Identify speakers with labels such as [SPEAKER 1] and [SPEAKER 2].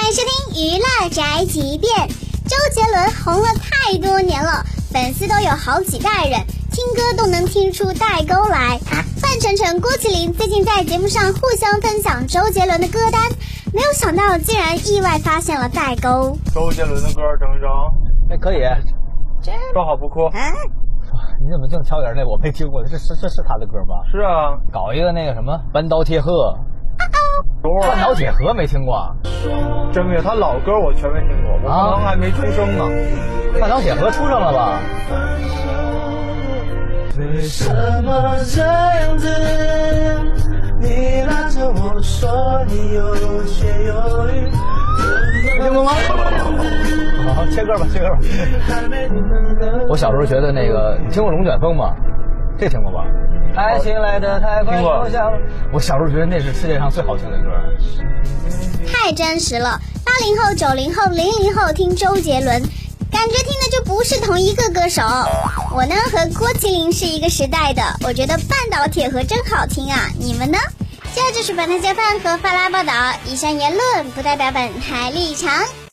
[SPEAKER 1] 娱乐宅急便。周杰伦红了太多年了，粉丝都有好几代人，听歌都能听出代沟来。范丞丞、郭麒麟最近在节目上互相分享周杰伦的歌单，没有想到竟然意外发现了代沟。
[SPEAKER 2] 周杰伦的歌整一张，
[SPEAKER 3] 那可以。啊
[SPEAKER 2] 说好不哭。
[SPEAKER 1] 啊，
[SPEAKER 3] 你怎么净挑人那我没听过的？这是这是他的歌吗？
[SPEAKER 2] 是啊，
[SPEAKER 3] 搞一个那个什么弯刀铁鹤，
[SPEAKER 2] 等会
[SPEAKER 3] 弯
[SPEAKER 2] 儿
[SPEAKER 3] 刀铁鹤没听过，
[SPEAKER 2] 真没有，他老歌我全没听过，我
[SPEAKER 3] 啊
[SPEAKER 2] 可能还没出生呢。
[SPEAKER 3] 弯刀铁鹤出生了吧？
[SPEAKER 4] 为什么这样子？你拉着我说你有些犹豫，
[SPEAKER 3] 没听过吗？好，切歌吧，切歌吧。
[SPEAKER 4] 还没你们的。
[SPEAKER 3] 我小时候觉得那个，你听过龙卷风吗？这听过吧？爱情来得太快，
[SPEAKER 2] 听过
[SPEAKER 3] 留下我我小时候觉得那是世界上最好听的歌。
[SPEAKER 1] 太真实了！八零后、九零后、零零后听周杰伦，感觉听的就不是同一个歌手。我呢和郭麒麟是一个时代的，我觉得《半岛铁盒》真好听啊！你们呢？这就是本台加饭和发拉报道，以上言论不代表本台立场。